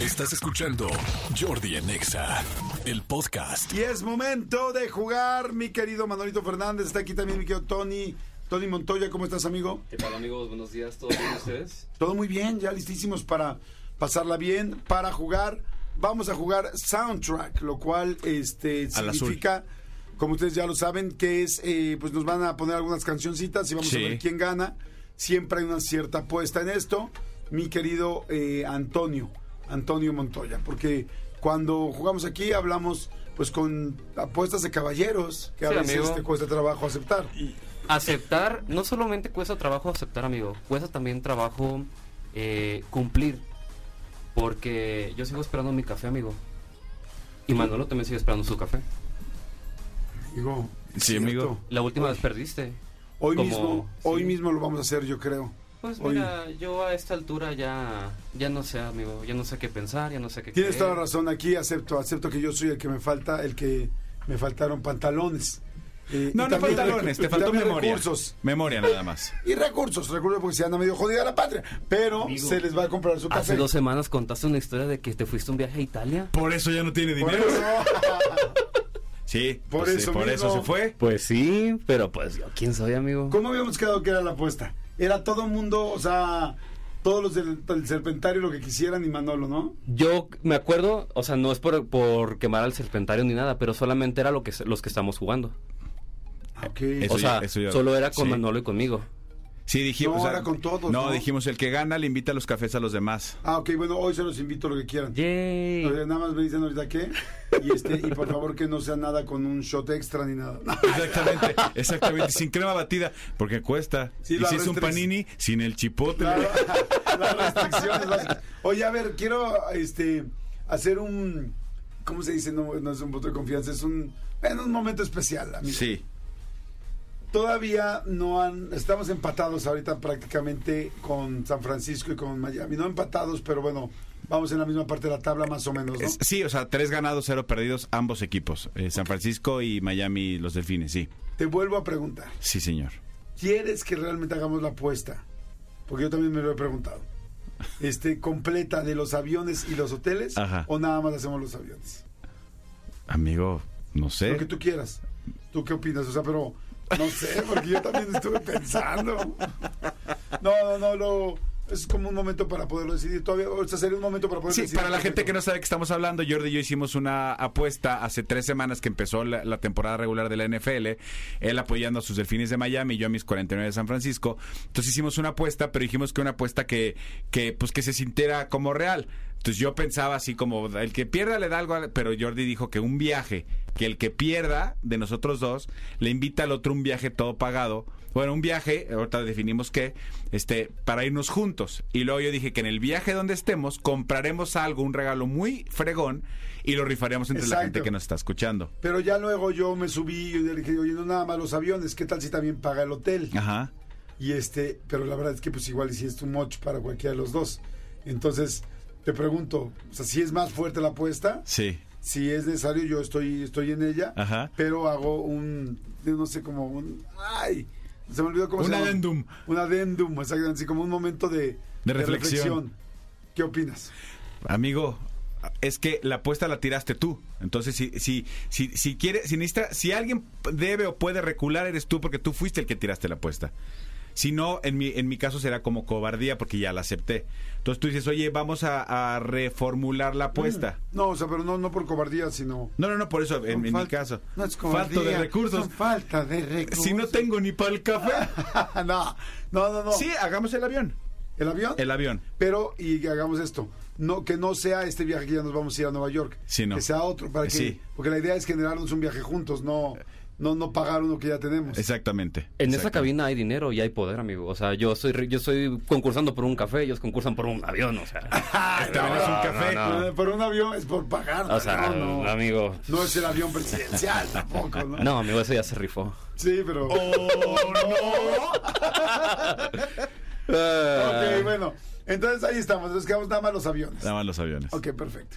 Estás escuchando Jordi en EXA, el podcast. Y es momento de jugar, mi querido Manolito Fernández. Está aquí también mi querido Tony. Tony Montoya, ¿cómo estás, amigo? ¿Qué tal, amigos? Buenos días. ¿Todo bien ustedes? Todo muy bien, ya listísimos para pasarla bien, para jugar. Vamos a jugar soundtrack, lo cual este, Al significa, como ustedes ya lo saben, que es, eh, pues nos van a poner algunas cancioncitas y vamos a Sí. ver quién gana. Siempre hay una cierta apuesta en esto, mi querido eh, Antonio, Antonio Montoya, porque cuando jugamos aquí hablamos pues con apuestas de caballeros, que a Sí, veces amigo. te cuesta trabajo aceptar. Aceptar, no solamente cuesta trabajo aceptar, amigo, cuesta también trabajo eh, cumplir. Porque yo sigo esperando mi café, amigo. Y Manolo también sigue esperando su café. Digo, es Sí, amigo. cierto. La última vez perdiste. Hoy Como- mismo, hoy sí. mismo lo vamos a hacer, yo creo. Pues Hoy- mira, yo a esta altura ya, ya no sé, amigo, ya no sé qué pensar, ya no sé qué Tienes creer. toda la razón aquí, acepto, acepto que yo soy el que me falta, el que me faltaron pantalones. Eh, No, y no también pantalones, recu- te y faltó también memoria. Recursos. Memoria nada más. Y recursos, recursos porque se anda medio jodida la patria, pero Amigo, se les va a comprar su café. Hace dos semanas contaste una historia de que te fuiste un viaje a Italia. Por eso ya no tiene Por dinero. eso. Sí, Por por, eso eso, por eso mismo. se fue. Pues sí, pero pues yo, ¿quién soy, amigo? ¿Cómo habíamos quedado que era la apuesta? Era todo mundo, o sea, todos los del, del serpentario lo que quisieran y Manolo, ¿no? Yo me acuerdo, o sea, no es por, por quemar al serpentario ni nada, pero solamente era lo que, los que estamos jugando. Ah, ok. Eso o sea, ya- eso ya- solo era con sí. Manolo y conmigo. Sí, dijimos. No, era con todos, No, ¿no? dijimos el que gana le invita los cafés a los demás. Ah, ok, bueno, hoy se los invito lo que quieran. Yay. O sea, nada más me dicen ahorita qué. Y, este, y por favor que no sea nada con un shot extra ni nada. Exactamente, exactamente. Sin crema batida, porque cuesta. Sí, y la si es un restricción. panini, sin el chipotle. Claro, las restricciones. las- Oye, a ver, quiero este, hacer un. ¿Cómo se dice? No, no es un voto de confianza, es un. En un momento especial, amigo. Sí, Todavía no han. Estamos empatados ahorita prácticamente con San Francisco y con Miami. No empatados, pero bueno, vamos en la misma parte de la tabla, más o menos, ¿no? Es- sí, o sea, tres ganados, cero perdidos, ambos equipos. Eh, San Francisco y Miami, los delfines, sí. Te vuelvo a preguntar. Sí, señor. ¿Quieres que realmente hagamos la apuesta? Porque yo también me lo he preguntado. Este, completa de los aviones y los hoteles Ajá. o nada más hacemos los aviones. Amigo, no sé. Lo que tú quieras. ¿Tú qué opinas? O sea, pero no sé, porque yo también estuve pensando. No, no, no, lo, es como un momento para poderlo decidir. Todavía, o sea, sería un momento para poder Sí, decidir. para la gente que no sabe que estamos hablando, Jordi y yo hicimos una apuesta hace tres semanas que empezó la, la temporada regular de la NFL, él apoyando a sus delfines de Miami, yo a mis 49 de San Francisco. Entonces hicimos una apuesta, pero dijimos que una apuesta que, que, pues, que se sintiera como real. Entonces yo pensaba así como, el que pierda le da algo, al- pero Jordi dijo que un viaje, que el que pierda de nosotros dos, le invita al otro un viaje todo pagado. Bueno, un viaje, ahorita definimos qué, este, para irnos juntos. Y luego yo dije que en el viaje donde estemos compraremos algo, un regalo muy fregón, y lo rifaremos entre Exacto. la gente que nos está escuchando. Pero ya luego yo me subí y le dije, oye, no nada más los aviones, ¿qué tal si también paga el hotel? Ajá. Y este, pero la verdad es que pues igual y si es too much para cualquiera de los dos. Entonces, te pregunto, o sea, si es más fuerte la apuesta, Sí. si es necesario, yo estoy, estoy en ella, Ajá. pero hago un, yo no sé, como un, ay, se me olvidó cómo Un se llama. adendum. Un adendum, exactamente, así como un momento de, reflexión. ¿Qué opinas? Amigo, es que la apuesta la tiraste tú. Entonces, si, si, si, si quiere, si necesita- si alguien debe o puede recular, eres tú, porque tú fuiste el que tiraste la apuesta. Si no, en mi, en mi caso será como cobardía, porque ya la acepté. Entonces tú dices, oye, vamos a, a reformular la apuesta. Mm, No, o sea, pero no, no por cobardía, sino... No, no, no, por eso, en, en mi Falta- caso. No es falto de cobardía, recursos. son falta de recursos. Si no tengo ni para el café. no, no, no, no. Sí, hagamos el avión. ¿El avión? El avión. Pero, y que hagamos esto, no, que no sea este viaje que ya nos vamos a ir a Nueva York, Sí, no. que sea otro, para que, Sí. porque la idea es generarnos un viaje juntos, no, no, no pagar uno que ya tenemos. Exactamente. En esa exacto. cabina hay dinero y hay poder, amigo. O sea, yo soy, yo soy concursando por un café, ellos concursan por un avión, o sea. Este avión es un café. no, no. Por un avión es por pagar, O sea, no, no. amigo. No es el avión presidencial tampoco, ¿no? No, amigo, eso ya se rifó. Sí, pero. Oh, Ah. Ok, bueno. Entonces ahí estamos, nos quedamos nada más los aviones. Ah. Nada más los aviones. Ok, perfecto.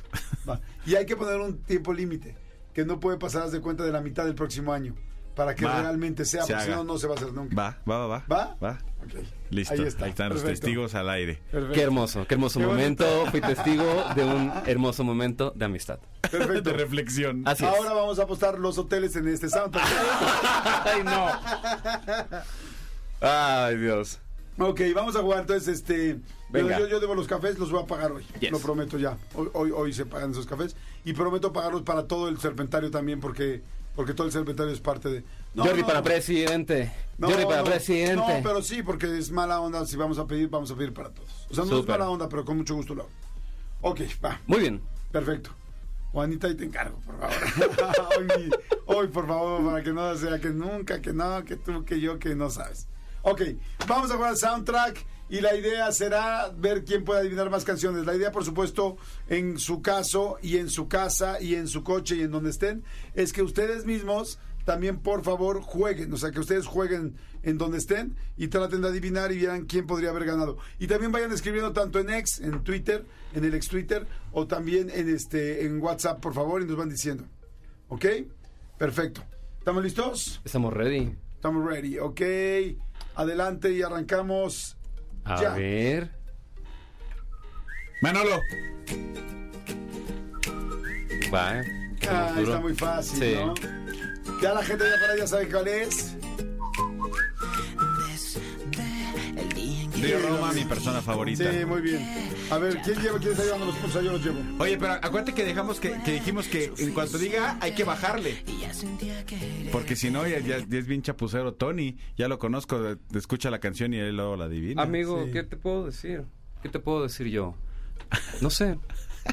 Va. Y hay que poner un tiempo límite, que no puede pasar haz de cuenta de la mitad del próximo año. para que Va. realmente sea, Se porque si haga. no, no se va a hacer nunca. Va, va, va, va. ¿Va? Va. Ok. Listo. Ahí, están los Perfecto. testigos al aire. Perfecto. Qué hermoso, qué hermoso Qué momento. bonito. Fui testigo de un hermoso momento de amistad. Perfecto. De reflexión. Así es. Ahora vamos a apostar los hoteles en este soundtrack. Ay, no. Ay, Dios. ok, vamos a jugar. Entonces, este. Yo, Venga. yo- yo debo los cafés, los voy a pagar hoy. Yes. Lo prometo ya. Hoy, hoy, hoy se pagan esos cafés. Y prometo pagarlos para todo el serpentario también, porque, porque todo el serpentario es parte de. No, Jordi no, para no. presidente. No, Jordi para no. presidente. No, pero sí, porque es mala onda. Si vamos a pedir, vamos a pedir para todos. O sea, no es Súper. mala onda, pero con mucho gusto lo hago. Ok, va. Muy bien. Perfecto. Juanita, ahí te encargo, por favor. hoy, mi- hoy, por favor, para que no sea que nunca, que no, que tú, que yo, que no sabes. Ok, vamos a jugar al soundtrack y la idea será ver quién puede adivinar más canciones. La idea, por supuesto, en su caso y en su casa y en su coche y en donde estén, es que ustedes mismos también, por favor, jueguen. O sea, que ustedes jueguen en donde estén y traten de adivinar y vean quién podría haber ganado. Y también vayan escribiendo tanto en ex, en Twitter, en el ex Twitter o también en, este, en WhatsApp, por favor, y nos van diciendo. ¿Ok? Perfecto. ¿Estamos listos? Estamos ready. Estamos ready. Ok. Adelante y arrancamos. A Ya. ver. Manolo. Va. eh. Ah, Duro. está muy fácil, Sí. ¿no? Ya la gente de para ya sabe cuál es. Desde el día en que Río Roma, mi persona favorita. Sí, muy bien. A ver, ¿quién lleva? ¿Quién está llevando los puntos? Yo los llevo. Oye, pero acuérdate que dejamos que, que dijimos que en cuanto diga hay que bajarle. ya sentía que era Porque si no, ya, ya- ya es bien chapucero Tony. Ya lo conozco, eh, escucha la canción y él luego la adivina. Amigo, Sí. ¿qué te puedo decir? ¿Qué te puedo decir yo? No sé,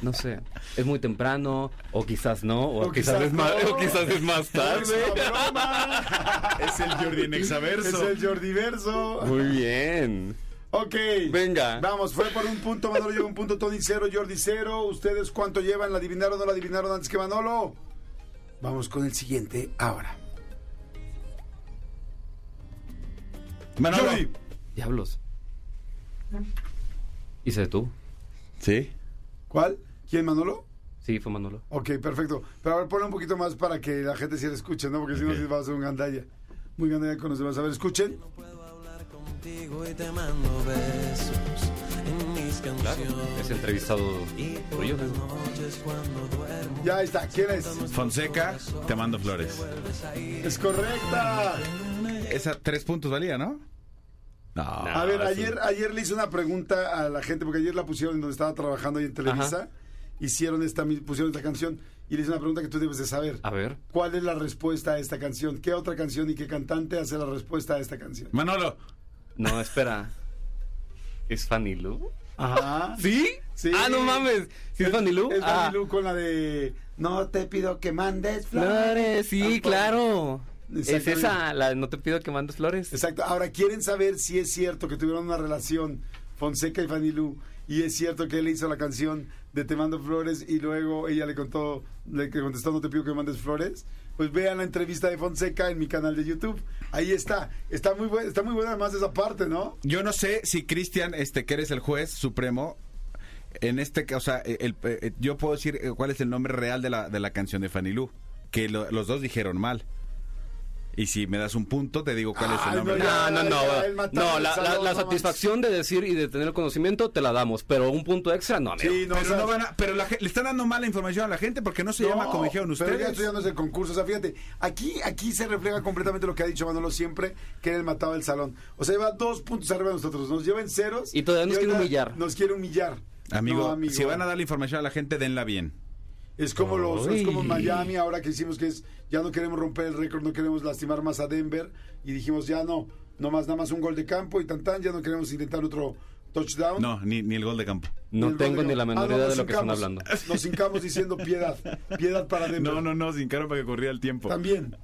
no sé. Es muy temprano, o quizás no, o, O quizás, quizás es más, no. o quizás es más tarde. Es el Jordi Es Nexaverso. el Jordi Verso. Muy bien. Ok. Venga. Vamos, fue por un punto. Manolo lleva un punto. Tony cero, Jordi cero. ¿Ustedes cuánto llevan? ¿La adivinaron o no la adivinaron antes que Manolo? Vamos con el siguiente ahora. Manolo. Jordi. Diablos. ¿Y se detuvo? Sí. ¿Cuál? ¿Quién, Manolo? Sí, fue Manolo. Ok, perfecto. Pero a ver, ponle un poquito más para que la gente sí la escuche, ¿no? Porque si no, sí va a ser un gandalla. Muy gandalla con los demás. A ver, escuchen. contigo y te mando besos en mis canciones. Es entrevistado Y por tuyo. las noches cuando duermo, Ya está. ¿Quién es? Fonseca, te mando flores. Es correcta. Esa tres puntos valía, ¿no? No. Ah, A ver, ayer, ayer le hice una pregunta a la gente, porque ayer la pusieron donde estaba trabajando ahí en Televisa. Hicieron esta, mis- pusieron esta canción y le hice una pregunta que tú debes de saber. A ver. ¿Cuál es la respuesta a esta canción? ¿Qué otra canción y qué cantante hace la respuesta a esta canción? Manolo. No, espera. ¿Es Fanny Lu? Ajá. ¿Sí? Sí. Ah, no mames. ¿Sí es Fanny Lu? Es Ah. Fanny Lu con la de No te pido que mandes Flores, flores. Ah, pues. sí, Tampoco. claro. Es Exactamente. esa, la de no te pido que mandes flores. Exacto. Ahora, ¿quieren saber si es cierto que tuvieron una relación Fonseca y Fanny Lu? Y es cierto que él hizo la canción de Te mando flores y luego ella le contó, le que contestó No te pido que me mandes flores. Pues vean la entrevista de Fonseca en mi canal de YouTube. Ahí está. Está muy buena, está muy buena además esa parte, ¿no? Yo no sé si Cristian, este, que eres el juez supremo, en este caso, o sea, el- eh, yo puedo decir eh, cuál es el nombre real de la, de la canción de Fanny Lu, que lo- los dos dijeron mal. Y si me das un punto, te digo cuál es Ay, el nombre. no, real. No, no, no. Ya, él mató No, el la, la- salón, la no satisfacción de decir y de tener el conocimiento te la damos, pero un punto extra no, amigo. Sí, no, pero o sea, no van a- pero la ge- le están dando mala información a la gente porque no se llama como dijeron Pero ya ustedes. esto ya no es el concurso. O sea, fíjate, aquí, aquí se refleja completamente lo que ha dicho Manolo siempre, que era el matado del salón. O sea, lleva dos puntos arriba de nosotros. Nos lleva en ceros. Y todavía nos quiere ahorita humillar. Nos quiere humillar. Amigo, No, si van a dar la información a la gente, denla bien. Es como los, Uy. es como Miami ahora que hicimos que es, ya no queremos romper el récord, no queremos lastimar más a Denver y dijimos ya no, no más, nada más un gol de campo y tan tan, ya no queremos intentar otro touchdown. No, ni, ni el gol de campo. Y No el tengo gol ni la campo. menor Ah, no, idea de nos lo que están hincamos. hablando. Nos hincamos diciendo piedad, piedad para Denver. No, no, no, sin caro para que corría el tiempo. También.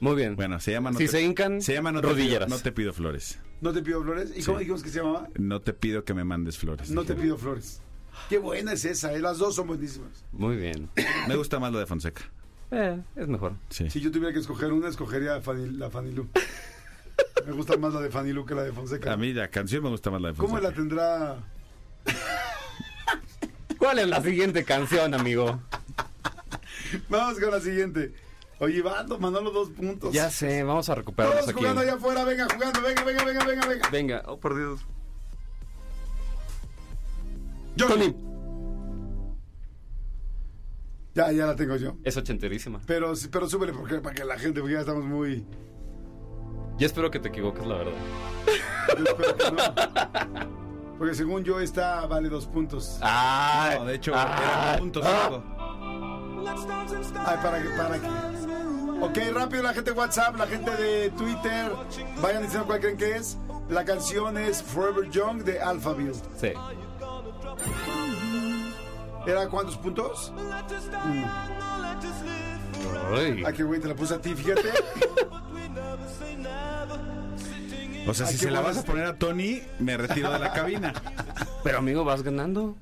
Muy bien. Bueno, se llama... Si se hincan, se llama no te, pido, rodilleras. no te pido flores. No te pido flores. ¿Y cómo dijimos que se llamaba? No te pido que me mandes flores. No te dijeron. pido flores. Qué buena es esa, ¿eh? las dos son buenísimas. Muy bien. Me gusta más lo de Fonseca. Eh, es mejor. Sí. Si yo tuviera que escoger una, escogería la Fanny- la Fanilú. Me gusta más la de Fanilú que la de Fonseca. A mí la canción me gusta más la de Fonseca. ¿Cómo la tendrá? ¿Cuál es la siguiente canción, amigo? Vamos con la siguiente. Oye, Bando, mandó los dos puntos. Ya sé, vamos a recuperarnos Todos aquí. jugando allá afuera, venga, jugando, venga, venga, venga, venga, venga. Venga, oh por Dios. Jordi. Ya, ya la tengo yo. Es ochenterísima. Pero, sí, pero súbele porque, para que la gente, porque ya estamos muy... Yo espero que te equivoques, la verdad. yo espero que no. Porque según yo, esta vale dos puntos. Ah, No, de hecho, ah, era punto cinco. Ay, para que, para que. Ok, rápido la gente de WhatsApp, la gente de Twitter. Vayan diciendo cuál creen que es. La canción es Forever Young de Alphaville. Sí. ¿Era cuántos puntos? Ay. Ah, que güey, te la puse a ti, fíjate. O sea, Ay, Ah, si qué se la buenas- vas a poner a Tony, me retiro de la cabina. Pero amigo, vas ganando.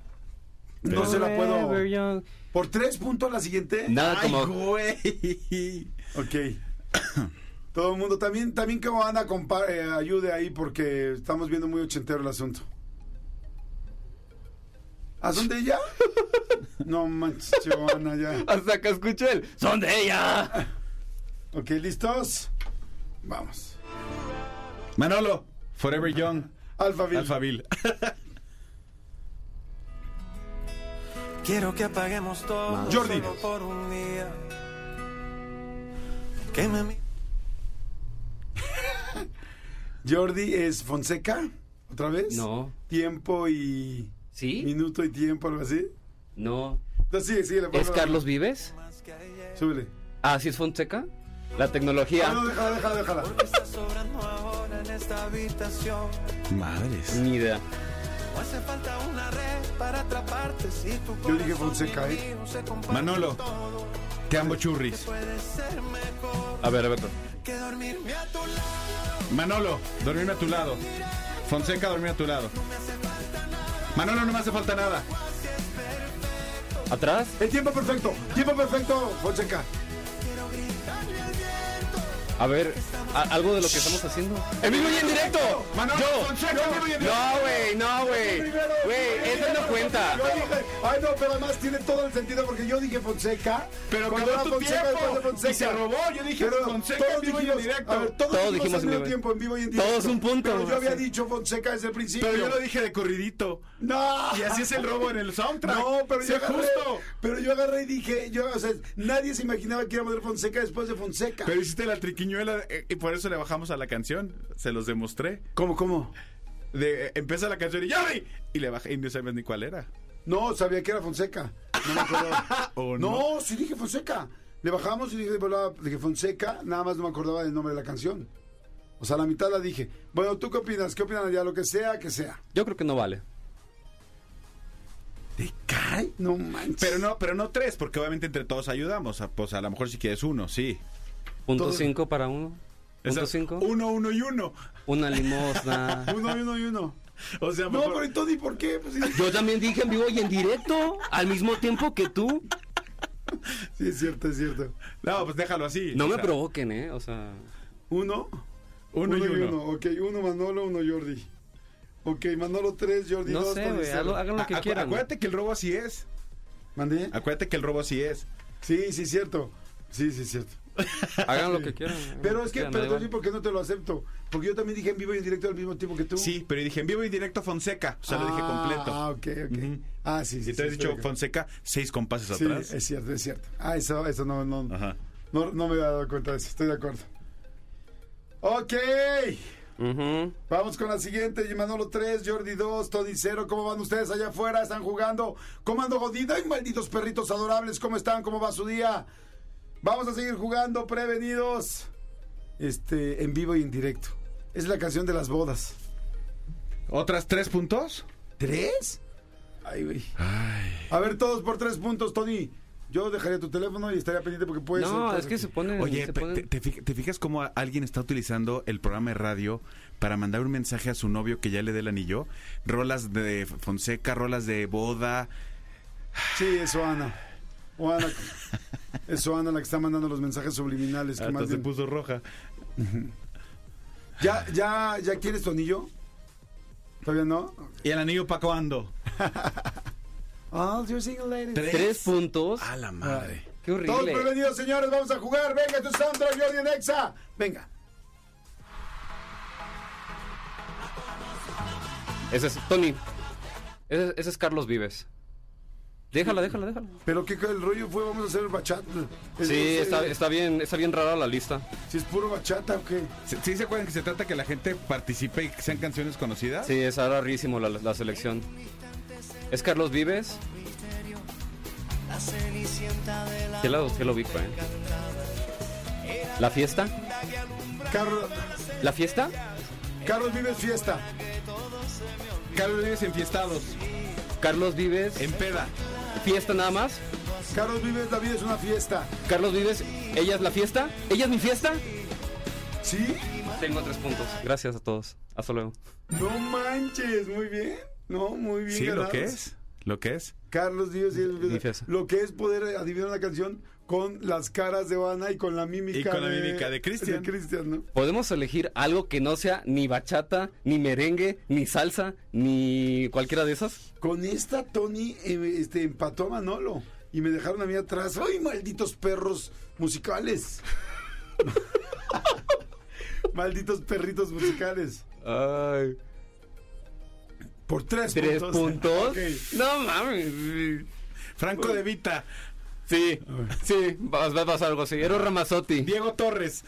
No se la Forever puedo. young. ¿Por tres puntos la siguiente? Nada Ay, como güey. Ok. Todo el mundo, también, también que Ana compa- eh, ayude ahí porque estamos viendo muy ochentero el asunto. ¿A dónde ya? No manches, Giovanna, ya. Hasta que escuché el ¡Son de ella! Ok, ¿listos? Vamos. Manolo, Forever Young, Alphaville. Alphaville. Quiero que apaguemos todo Jordi. solo por un día. Que me mi- Jordi es Fonseca, otra vez. No. Tiempo y. ¿Sí? Minuto y tiempo, algo así. No. Entonces, sigue, sigue. ¿Es Carlos Vives? más que ayer. Súbele. Ah, ¿sí es Fonseca? La Ah, tecnología. no, déjala, déjala, déjala. Está sobrando ahora en esta habitación. Madres. Ni idea. No hace falta una red para atraparte si tu Yo dije corazón Fonseca, y ¿eh? mío se comparten Manolo. todo. Te amo churris. Puede ser mejor A ver, a ver. que dormirme a tu lado. Manolo, dormirme a tu lado. Fonseca, dormir a tu lado. Manolo, no me hace falta nada. ¿Atrás? El tiempo perfecto. Tiempo perfecto, Fonseca. A ver, a- algo de lo que estamos haciendo. ¡En vivo y en directo! Manolo, Yo. Fonseca, en vivo y en directo. No, güey, no, güey. Güey, eso no cuenta. Yo dije, ay no, pero además tiene todo el sentido porque yo dije Fonseca. Pero cuando quedó era tu después de tiempo. Fonseca. Y se robó, yo dije Pero Fonseca en vivo y en directo. a ver, todos, Todos dijimos dijimos al en mismo vivo. tiempo en vivo y en directo. Todos un punto. Pero yo había Sí. dicho Fonseca desde el principio. Pero yo lo dije de corridito. No. Y así es el robo en el soundtrack. No, pero yo, Sé agarré, justo. pero yo agarré y dije, yo, o sea, nadie se imaginaba que iba a poner Fonseca después de Fonseca. Pero hiciste la triquiñuela eh, y por eso le bajamos a la canción. Se los demostré. ¿Cómo, cómo? De, eh, empieza la canción y ¡Yarry! Y le bajé y no sabías ni cuál era. No, sabía que era Fonseca. No me acuerdo. ¿O no? sí dije Fonseca. Le bajamos y dije, volaba- dije Fonseca, nada más no me acordaba del nombre de la canción. O sea, la mitad la dije. Bueno, ¿tú qué opinas? ¿Qué opinan allá? Lo que sea, que sea. Yo creo que no vale. ¿Te cae? No manches. Pero no, pero no tres, porque obviamente entre todos ayudamos. A- Pues a lo mejor si quieres uno, sí. Punto Todo- cinco para uno. Punto Esa- cinco. Uno, uno y uno. Una limosna. Uno y uno y uno. O sea, No, mejor- pero entonces, ¿y por qué? Pues, sí, Yo también dije en vivo y en directo, al mismo tiempo que tú. sí, es cierto, es cierto. No, pues déjalo así. No O me sea, provoquen, ¿eh? O sea, Uno. Uno, y uno. Ok, uno Manolo, uno Jordi. Ok, Manolo tres, Jordi no dos. sé, Tony güey. cero. hazlo- Hagan lo que Acu- quieran. Acuérdate que el robo así es. ¿Mandé? Acuérdate que el robo así es. Sí, sí, cierto. Sí, sí, cierto. Hagan lo que quieran. ¿eh? hagan Pero lo es que, quieran, pero da igual. también, ¿por qué Ah, pues no te lo acepto? Porque yo también dije en vivo y en directo al mismo tiempo que tú. Sí, pero dije en vivo y directo Fonseca. O sea, lo dije Ah, completo. Ah, ok, ok. Ujú. Ah, sí, sí. Y te has sí, dicho estoy acá. Fonseca seis compases Sí, atrás. es cierto, es cierto. Ah, eso, eso no, no, Ajá. no, no me había dado cuenta de eso, estoy de acuerdo. Ok, Ujú. vamos con la siguiente. Manolo 3, Jordi 2, Tony 0. ¿Cómo van ustedes allá afuera? ¿Están jugando? Comando Godina y malditos perritos adorables. ¿Cómo están? ¿Cómo va su día? Vamos a seguir jugando, prevenidos. Este, en vivo y en directo. Es la canción de las bodas. ¿Otras tres puntos? ¿Tres? Ay, güey. A ver, todos por tres puntos, Tony. Yo dejaría tu teléfono y estaría pendiente porque puedes. No, entrar es que aquí. se ponen. Oye, se pe- ponen- te, te fij- te fijas cómo a- alguien está utilizando el programa de radio para mandar un mensaje a su novio que ya le dé el anillo? Rolas de Fonseca, rolas de boda. Sí, eso, Ana. O Ana. Eso, Ana, la que está mandando los mensajes subliminales. Ah, que más bien- puso roja. ¿Ya, ya, ¿Ya quieres tu anillo? ¿Todavía no? ¿Y el anillo para cuándo? All your single ladies. Tres Ah, puntos. A la madre. Qué Todos horrible. prevenidos, señores, vamos a jugar. Venga, tu soundtrack, Jordi en Exa. Venga. Ese es Tony. Ese, ese es Carlos Vives. Déjala, déjala, déjala. Pero qué el rollo fue, vamos a hacer bachata. Es- Sí, es- eh, está, está bien, está bien rara la lista. Si es puro bachata o qué. ¿Sí, sí se acuerdan que se trata que la gente participe y que sean canciones conocidas? Sí, está rarísimo la, la selección. Es Carlos Vives. ¿Qué lado qué lo vi, eh? ¿La fiesta? Carlos, ¿La fiesta? Carlos Vives Fiesta. Carlos Vives enfiestados, Carlos Vives. en peda. Fiesta nada más. Carlos Vives, la vida es una fiesta. Carlos Vives, ella es la fiesta. ¿Ella es mi fiesta? ¿Sí? Tengo tres puntos. Gracias a todos. Hasta luego. No manches, muy bien. No, muy bien. Sí, lo ganados. que es. Lo que es. Carlos Vives y el- Mi fiesta. Lo que es poder adivinar una canción con las caras de Ana y con la mímica. Y con la mímica de Cristian. De Cristian, ¿no? Podemos elegir algo que no sea ni bachata, ni merengue, ni salsa, ni cualquiera de esas. Con esta Tony eh, este, empató a Manolo y me dejaron a mí atrás. ¡Ay, malditos perros musicales! malditos perritos musicales. Ay. Por tres, ¿Tres puntos? Ok. No mames. Franco de Vita, Sí, sí, vas, vas- vas a algo así. Ero Ramazzotti. Diego Torres.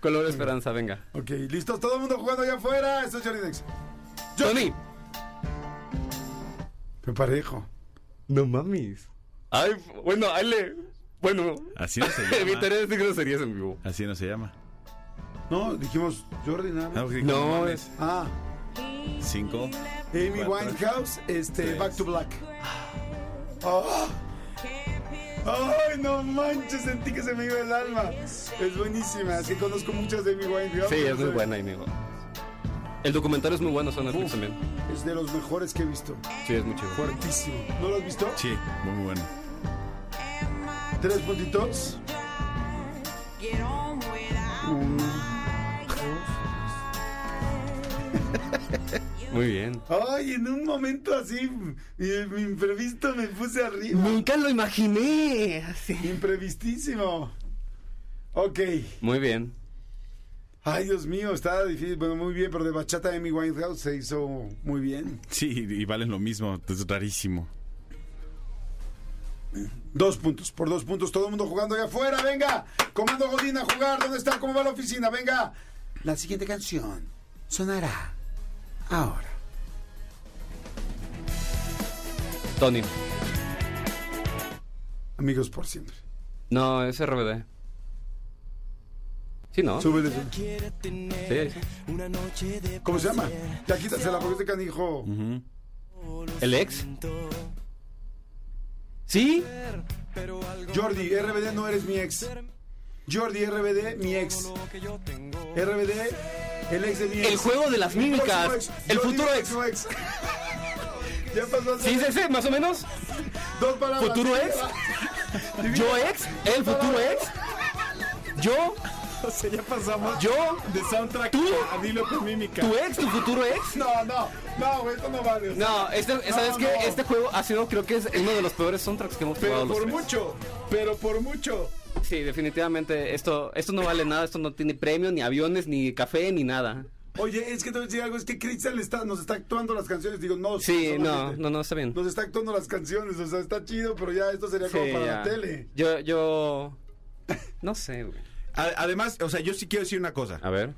Color Esperanza, venga. Ok, listos, todo el mundo jugando allá afuera. Esto es Jordi Nex. Tony. Me parejo. No mames. Ay, bueno, Ale. Bueno, Así no se evitaré llama. decir groserías en vivo. Así no se llama. No, dijimos Jordi nada más. Ah, ok, No, ¿cómo es- Ah, Cinco. Amy Cuatro. Winehouse, este, Tres. Back to Black. Ah. ¡Ay, no manches! Sentí que se me iba el alma. Es buenísima, así conozco muchas de Amy Winehouse. Sí, es muy Entonces, buena, amigo. El documental es muy bueno, son Netflix también. Es de los mejores que he visto. Sí, es muy chido. Fuertísimo. ¿No lo has visto? Sí, muy bueno. Tres puntitos. Uno. Muy bien. Ay, en un momento así, mi, mi imprevisto me puse arriba. Nunca lo imaginé. Imprevistísimo. Ok. Muy bien. Ay, Dios mío, está difícil. Bueno, muy bien, pero de bachata Amy Winehouse se hizo muy bien. Sí, y valen lo mismo. Es rarísimo. Dos puntos, por dos puntos, todo el mundo jugando allá afuera, venga. Comando Godín a jugar, ¿dónde está? ¿Cómo va la oficina? Venga. La siguiente canción sonará ahora. Tony. Amigos por siempre. No, es RBD. Sí, ¿no? Sí, Súbele. súbele. Quiere tener sí. eh". una noche de ¿Cómo se llama? Ya quítasela porque este canijo. ¿El ex? ¿Sí? Pero algo Jordi, RBD no eres mi ex. Jordi, RBD, mi ex. que yo tengo RBD, el ex de mi ex. El juego de las Mi próximo mímicas. ex. El Jordi, futuro mi ex. próximo ex. ya pasó hace ¿Sí es ese, más o menos? dos palabras. ¿Futuro ex? ¿Yo ex? ¿El futuro ex? ¿Yo? O sea, ya pasamos ¿Yo? de soundtrack ¿Tú? a Dilo con mímica. ¿Tu ex? ¿Tu futuro ex? No, no, no, güey, esto no vale. o sea, No, este, ¿sabes qué? no. Este juego ha sido, creo que es uno de los peores soundtracks que hemos jugado Pero los por tres. mucho, pero por mucho. Sí, definitivamente. Esto, esto no vale nada. Esto no tiene premio, ni aviones, ni café, ni nada. Oye, es que te voy a decir algo, es que Cristian está, nos está actuando las canciones. Digo, no, Sí, no, solamente. no, no, está bien. Nos está actuando las canciones, o sea, está chido, pero ya esto sería como Sí, para ya. la tele. Yo, yo. No sé, güey. Además, o sea, yo sí quiero decir una cosa. A ver.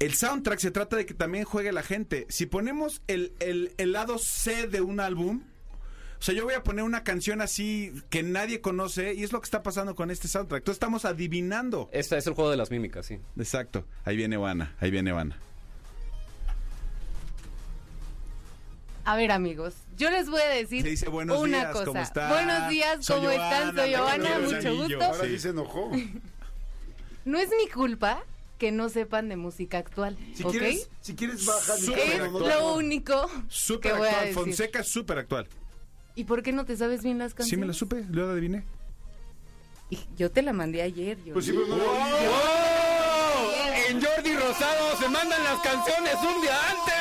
El soundtrack se trata de que también juegue la gente. Si ponemos el, el- el lado C de un álbum, o sea, yo voy a poner una canción así que nadie conoce y es lo que está pasando con este soundtrack. Entonces estamos adivinando. Este es el juego de las mímicas, sí. Exacto. Ahí viene Ivana, ahí viene Ivana. A ver, amigos, yo les voy a decir Se dice buenos una días, cosa. ¿cómo están? Buenos días, Soy ¿cómo están? Joana, Soy Giovanna, Alejandro mucho Delgadillo. gusto. Ahora Sí. sí se enojó. No es mi culpa que no sepan de música actual, Si ¿ok? quieres, si quieres baja, mi Súper Es cabrón, no, actual. lo único Súper que voy a actual. decir. Fonseca es súper actual. ¿Y por qué no te sabes bien las canciones? Sí, me la supe, lo adiviné. Y Yo te la mandé ayer. Yo. Pues sí, pero no lo En Jordi Rosado se mandan las canciones un día antes.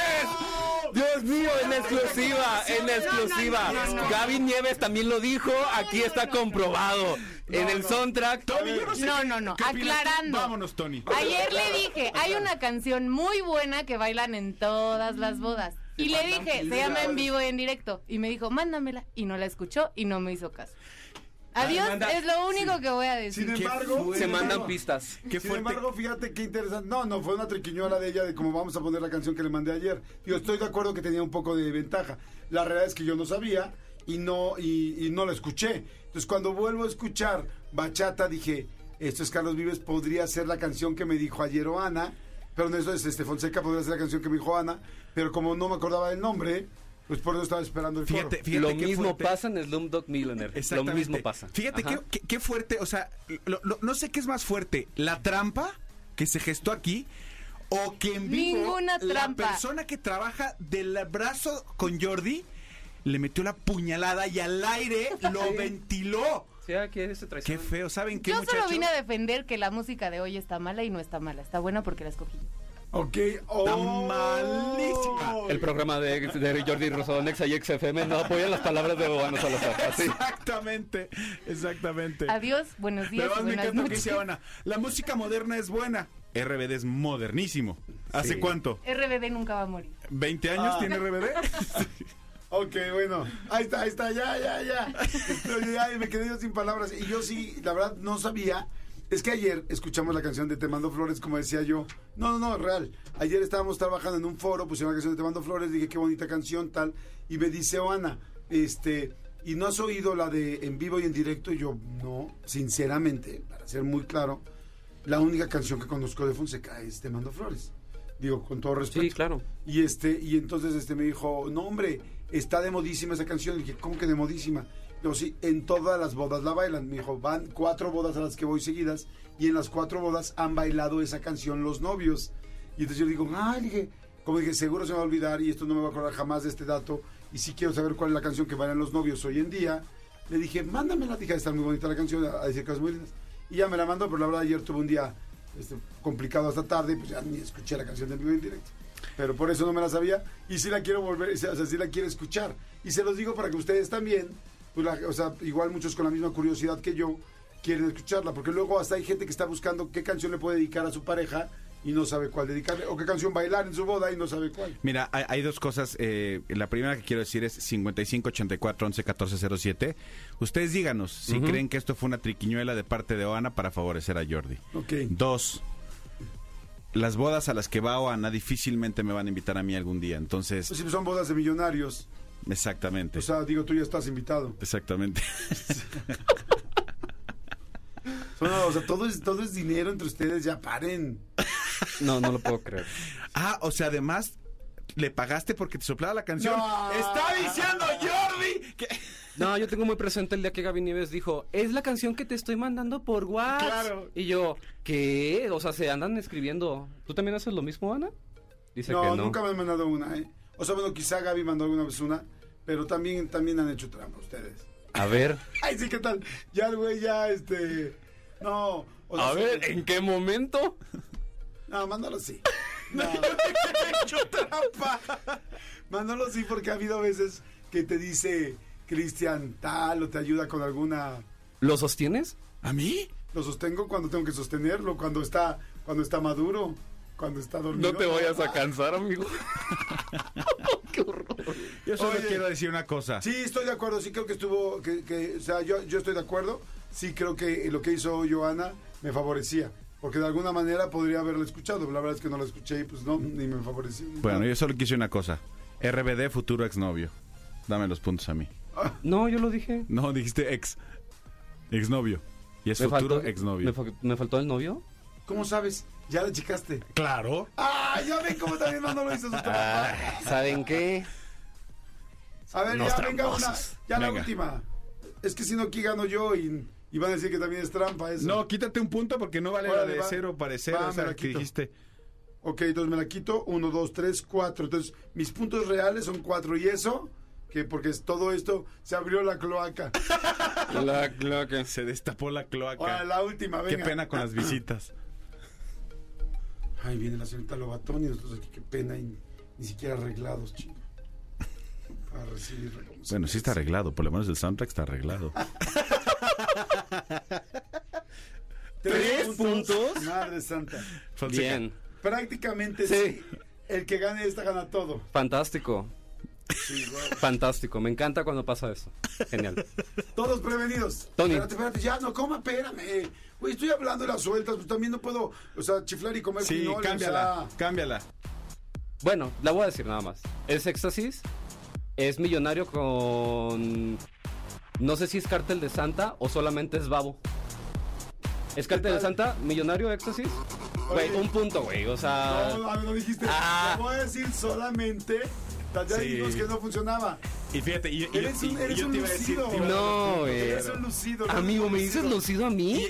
Dios mío, en exclusiva, en exclusiva. Gaby Nieves también lo dijo, aquí está comprobado. En el soundtrack. No, no, no, ¿Qué opinas tú? aclarando. Vámonos, Tony. Ayer le dije, hay una canción muy buena que bailan en todas las bodas. Y le dije, se llama en vivo y en directo. Y me dijo, mándamela. Y no la escuchó y no me hizo caso. Adiós, manda- es lo único que voy a Sin decir. embargo, Se mandan pistas. Qué Sin fuerte. embargo, fíjate qué interesante. No, no, fue una triquiñuela de ella de cómo vamos a poner la canción que le mandé ayer. Yo estoy de acuerdo que tenía un poco de ventaja. La realidad es que yo no sabía y no, y, y no la escuché. Entonces, cuando vuelvo a escuchar Bachata, dije, esto es Carlos Vives, podría ser la canción que me dijo ayer o Ana. Pero no, eso es este Fonseca, podría ser la canción que me dijo Ana. Pero como no me acordaba del nombre, pues por eso estaba esperando el coro. Fíjate, fíjate Lo qué mismo fuerte. pasa en Slumdog Millionaire. Lo Exactamente. mismo pasa. Fíjate Ajá. qué, qué- qué fuerte, o sea, lo- lo- no sé qué es más fuerte, la trampa que se gestó aquí o que en vivo Ninguna la trampa. persona que trabaja del brazo con Jordi le metió la puñalada y al aire lo ventiló. Sí, aquí es ese Qué traición. feo, ¿saben qué Yo solo muchacho? vine a defender que la música de hoy está mala y no está mala. Está buena porque la escogí. yo. Ok, Está oh. malísima. El programa de, de Jordi Rosado, Nexa y XFM, no apoya las palabras de Bobano Salazar. Así. Exactamente, exactamente. Adiós, buenos días Pero y más me buenas encanta que noches. dice Ana, la música moderna es buena. RBD es modernísimo. ¿Hace cuánto? RBD nunca va a morir. ¿20 años Ah. tiene RBD? Ok, bueno, ahí está, ahí está, ya, ya, ya. Estoy- ay, me quedé yo sin palabras. Y yo sí, la verdad, no sabía. Es que ayer escuchamos la canción de Te Mando Flores, como decía yo. No, no, no, real. Ayer estábamos trabajando en un foro, pusieron la canción de Te Mando Flores, dije qué bonita canción, tal. Y me dice, oh, Ana, este, ¿y no has oído la de en vivo y en directo? Y yo, no, sinceramente, para ser muy claro, la única canción que conozco de Fonseca es Te Mando Flores. Digo, con todo respeto. Sí, claro. Y este, y entonces este me dijo, no hombre, está de modísima esa canción. Y dije, ¿cómo que de modísima? Yo sí, en todas las bodas la bailan. Me dijo, van cuatro bodas a las que voy seguidas, y en las cuatro bodas han bailado esa canción los novios. Y entonces yo digo, ay, dije, como dije, seguro se me va a olvidar y esto no me va a acordar jamás de este dato. Y sí quiero saber cuál es la canción que bailan los novios hoy en día. Le dije, mándamela, dije, está muy bonita la canción, a decir cosas muy lindas. Y ya me la mandó, pero la verdad ayer tuve un día este, complicado hasta tarde, pues ya ni escuché la canción de vivo en directo. Pero por eso no me la sabía y sí la quiero volver, o sea, sí la quiero escuchar. Y se los digo para que ustedes también, pues la- o sea, igual muchos con la misma curiosidad que yo, quieren escucharla, porque luego hasta hay gente que está buscando qué canción le puede dedicar a su pareja y no sabe cuál dedicarle, o qué canción bailar en su boda y no sabe cuál. Mira, hay, hay dos cosas. eh, la primera que quiero decir es 5584-11-1407. Ustedes díganos si creen que esto fue una triquiñuela de parte de Oana para favorecer a Jordi. Ok. Dos, las bodas a las que va Oana difícilmente me van a invitar a mí algún día. Entonces, Pues sí, pues son bodas de millonarios. exactamente. O sea, digo, tú ya estás invitado. Exactamente. Son- o sea, todo es, todo es dinero entre ustedes, ya paren. No, no lo puedo creer. Ah, o sea, además, le pagaste porque te soplaba la canción. No. ¡Está diciendo Jordi! que- No, yo tengo muy presente el día que Gaby Nieves dijo, es la canción que te estoy mandando por WhatsApp. Claro. Y yo, ¿qué? O sea, se andan escribiendo. ¿Tú también haces lo mismo, Ana? Dice No, que no. nunca me han mandado una, ¿eh? O sea, bueno, quizá Gaby mandó alguna vez una, pero también, también han hecho trampa ustedes. A ver. Ay, sí, ¿qué tal? Ya el güey ya, este... No, o sea, A sí, ver, eh. ¿en qué momento? No, mándalo sí. No. trampa. Mándalo sí porque ha habido veces que te dice Cristian tal o te ayuda con alguna... ¿Lo sostienes? Ah, ¿A mí? Lo sostengo cuando tengo que sostenerlo, cuando está, cuando está maduro, cuando está dormido. No te vayas a cansar, amigo. qué horror. Yo solo Oye. quiero decir una cosa. Sí, estoy de acuerdo, sí creo que estuvo, que, que- o sea, yo, yo estoy de acuerdo, sí creo que lo que hizo Joana me favorecía, porque de alguna manera podría haberla escuchado, la verdad es que no la escuché y pues no, ni me favoreció. ni Bueno, nada. yo solo quise una cosa. RBD, futuro exnovio. Dame los puntos a mí. No, yo lo dije. No, dijiste ex. Exnovio. Y es Me futuro faltó- exnovio. Me, fa- me faltó el novio. ¿Cómo sabes? Ya la checaste. Claro. ¡Ah! Ya ven cómo también Manolo hizo su trabajo. Ah, ¿Saben qué? A ver, Los ya venga una. tramposos. Ya la Venga. última. Es que si no, aquí gano yo y, y van a decir que también es trampa eso. No, quítate un punto porque no vale la Órale, de va. cero parecer. Va, esa me la que quito. dijiste. Ok, entonces me la quito. Uno, dos, tres, cuatro. Entonces, mis puntos reales son cuatro. Y eso, que porque es todo esto, se abrió la cloaca. La cloaca. Se destapó la cloaca. Ahora la última, Qué venga. pena con las visitas. Ay, viene la señorita Lobatón y nosotros aquí, qué pena. Y ni siquiera arreglados, chicos. a recibir recompensas. Bueno, sí está arreglado, por lo menos el soundtrack está arreglado. ¿Tres puntos? Madre santa. Fonseca. Bien. Prácticamente sí. Sí. El que gane esta gana todo. Fantástico. Fantástico. Me encanta cuando pasa eso. Genial. Todos prevenidos. Tony. Espérate, espérate, ya no coma, espérame. Güey, estoy hablando de las sueltas, pues también no puedo, o sea, chiflar y comer Sí, frijoles, o cámbiala, sea. cámbiala. Bueno, la voy a decir nada más. Es éxtasis. Es millonario con. No sé si es cartel de Santa o solamente es babo. ¿Es cartel de Santa? ¿Millonario éxtasis? Güey, un punto, güey. O sea. No, a ver, no dijiste. Ah. Te voy a decir solamente. Ya Sí. dijimos que no funcionaba. Y fíjate, y, y- Eres un- y- y eres yo un te iba a decir, lucido. te iba a dar No, los puntos, güey. pero- Eres un lucido. no Amigo, ¿me dices lucido a mí?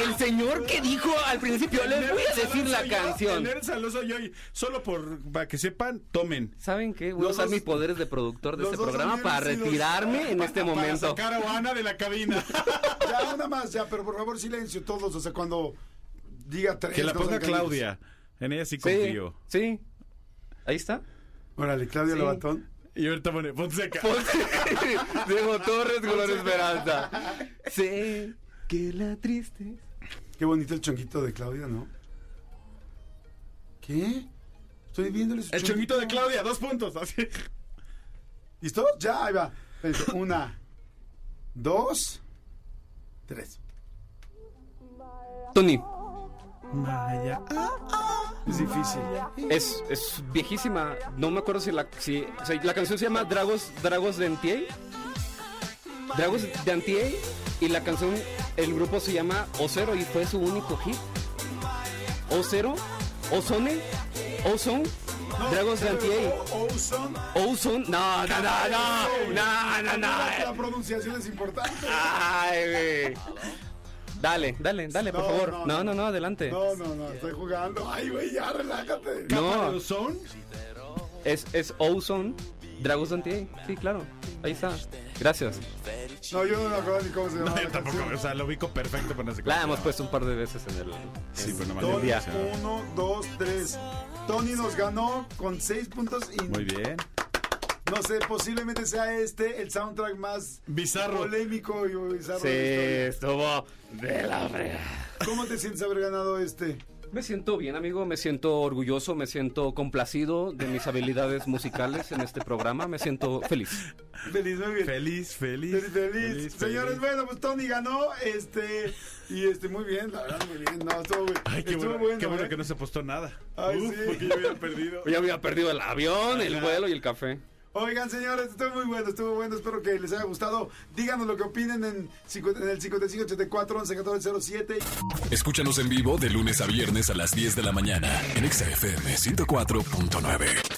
El señor que dijo al principio, les voy a decir la canción. Tener saloso yo y solo por para que sepan, tomen. ¿Saben qué? Voy a Los usar dos- mis poderes de productor de los este dos programa son para bendecidos. retirarme en este Para momento. sacar a Ana de la cabina. Ya, una más, ya, pero por favor, silencio todos. O sea, cuando diga tres. que la no se ponga engañen. Claudia. En ella sí Sí, confío. sí. Ahí está. Órale, Claudia Sí. Lobatón. Y ahorita pone Fonseca. Diego Torres Color Esperanza. Sé que la triste. Qué bonito el chonguito de Claudia, ¿no? ¿Qué? Estoy viéndole su El chonguito de Claudia, dos puntos. Así. ¿Listo? Ya, ahí va. Espérense, Una, dos, tres. Tony, Es difícil. es, es viejísima. No me acuerdo si la, si, o sea, la canción se llama Dragos, Dragos de Antier. Dragos de Antier. Y la canción, el grupo se llama Ocero y fue su único hit. Ocero, Ozone, Ozone, Dragos de Antier. O- Ozone. Ozone, no, no, no, no, no, no, eh. Ah. La no. pronunciación es importante. Ay, güey. Dale, dale, dale, por No, favor. no, no. No, no, no, adelante. No, no, no, estoy jugando. Ay, güey, ya, relájate. No, Son es, es Ozone, Dragos de Antier. Sí, claro. Ahí está. Gracias. No, yo no me acuerdo ni cómo se llama. Yo tampoco, o sea, lo ubico perfecto, pero no sé La cómo. hemos puesto un par de veces en el. Sí, pero no me Tony, acuerdo. uno, dos, tres. Tony nos ganó con seis puntos y Muy bien. no sé, posiblemente sea este el soundtrack más Bizarro. polémico y bizarro Sí, de la estuvo de la fregada. historia. ¿Cómo te sientes haber ganado este? Me siento bien, amigo. Me siento orgulloso. Me siento complacido de mis habilidades musicales en este programa. Me siento feliz. Feliz, muy bien. Feliz, feliz. Feliz, feliz. Señores, feliz. bueno, pues Tony ganó, este, y este, muy bien, la verdad, muy bien, no, estuvo, Ay, qué estuvo bueno, bueno, qué bueno ¿eh? que no se apostó nada. Ay, Uf, sí. porque yo había perdido. Ya había perdido el avión, el vuelo y el café. Oigan, señores, estuvo muy bueno, estuvo bueno. Espero que les haya gustado. Díganos lo que opinen en, 50 en el 5584 111407. Escúchanos en vivo de lunes a viernes a las 10 de la mañana en Exa FM 104.9.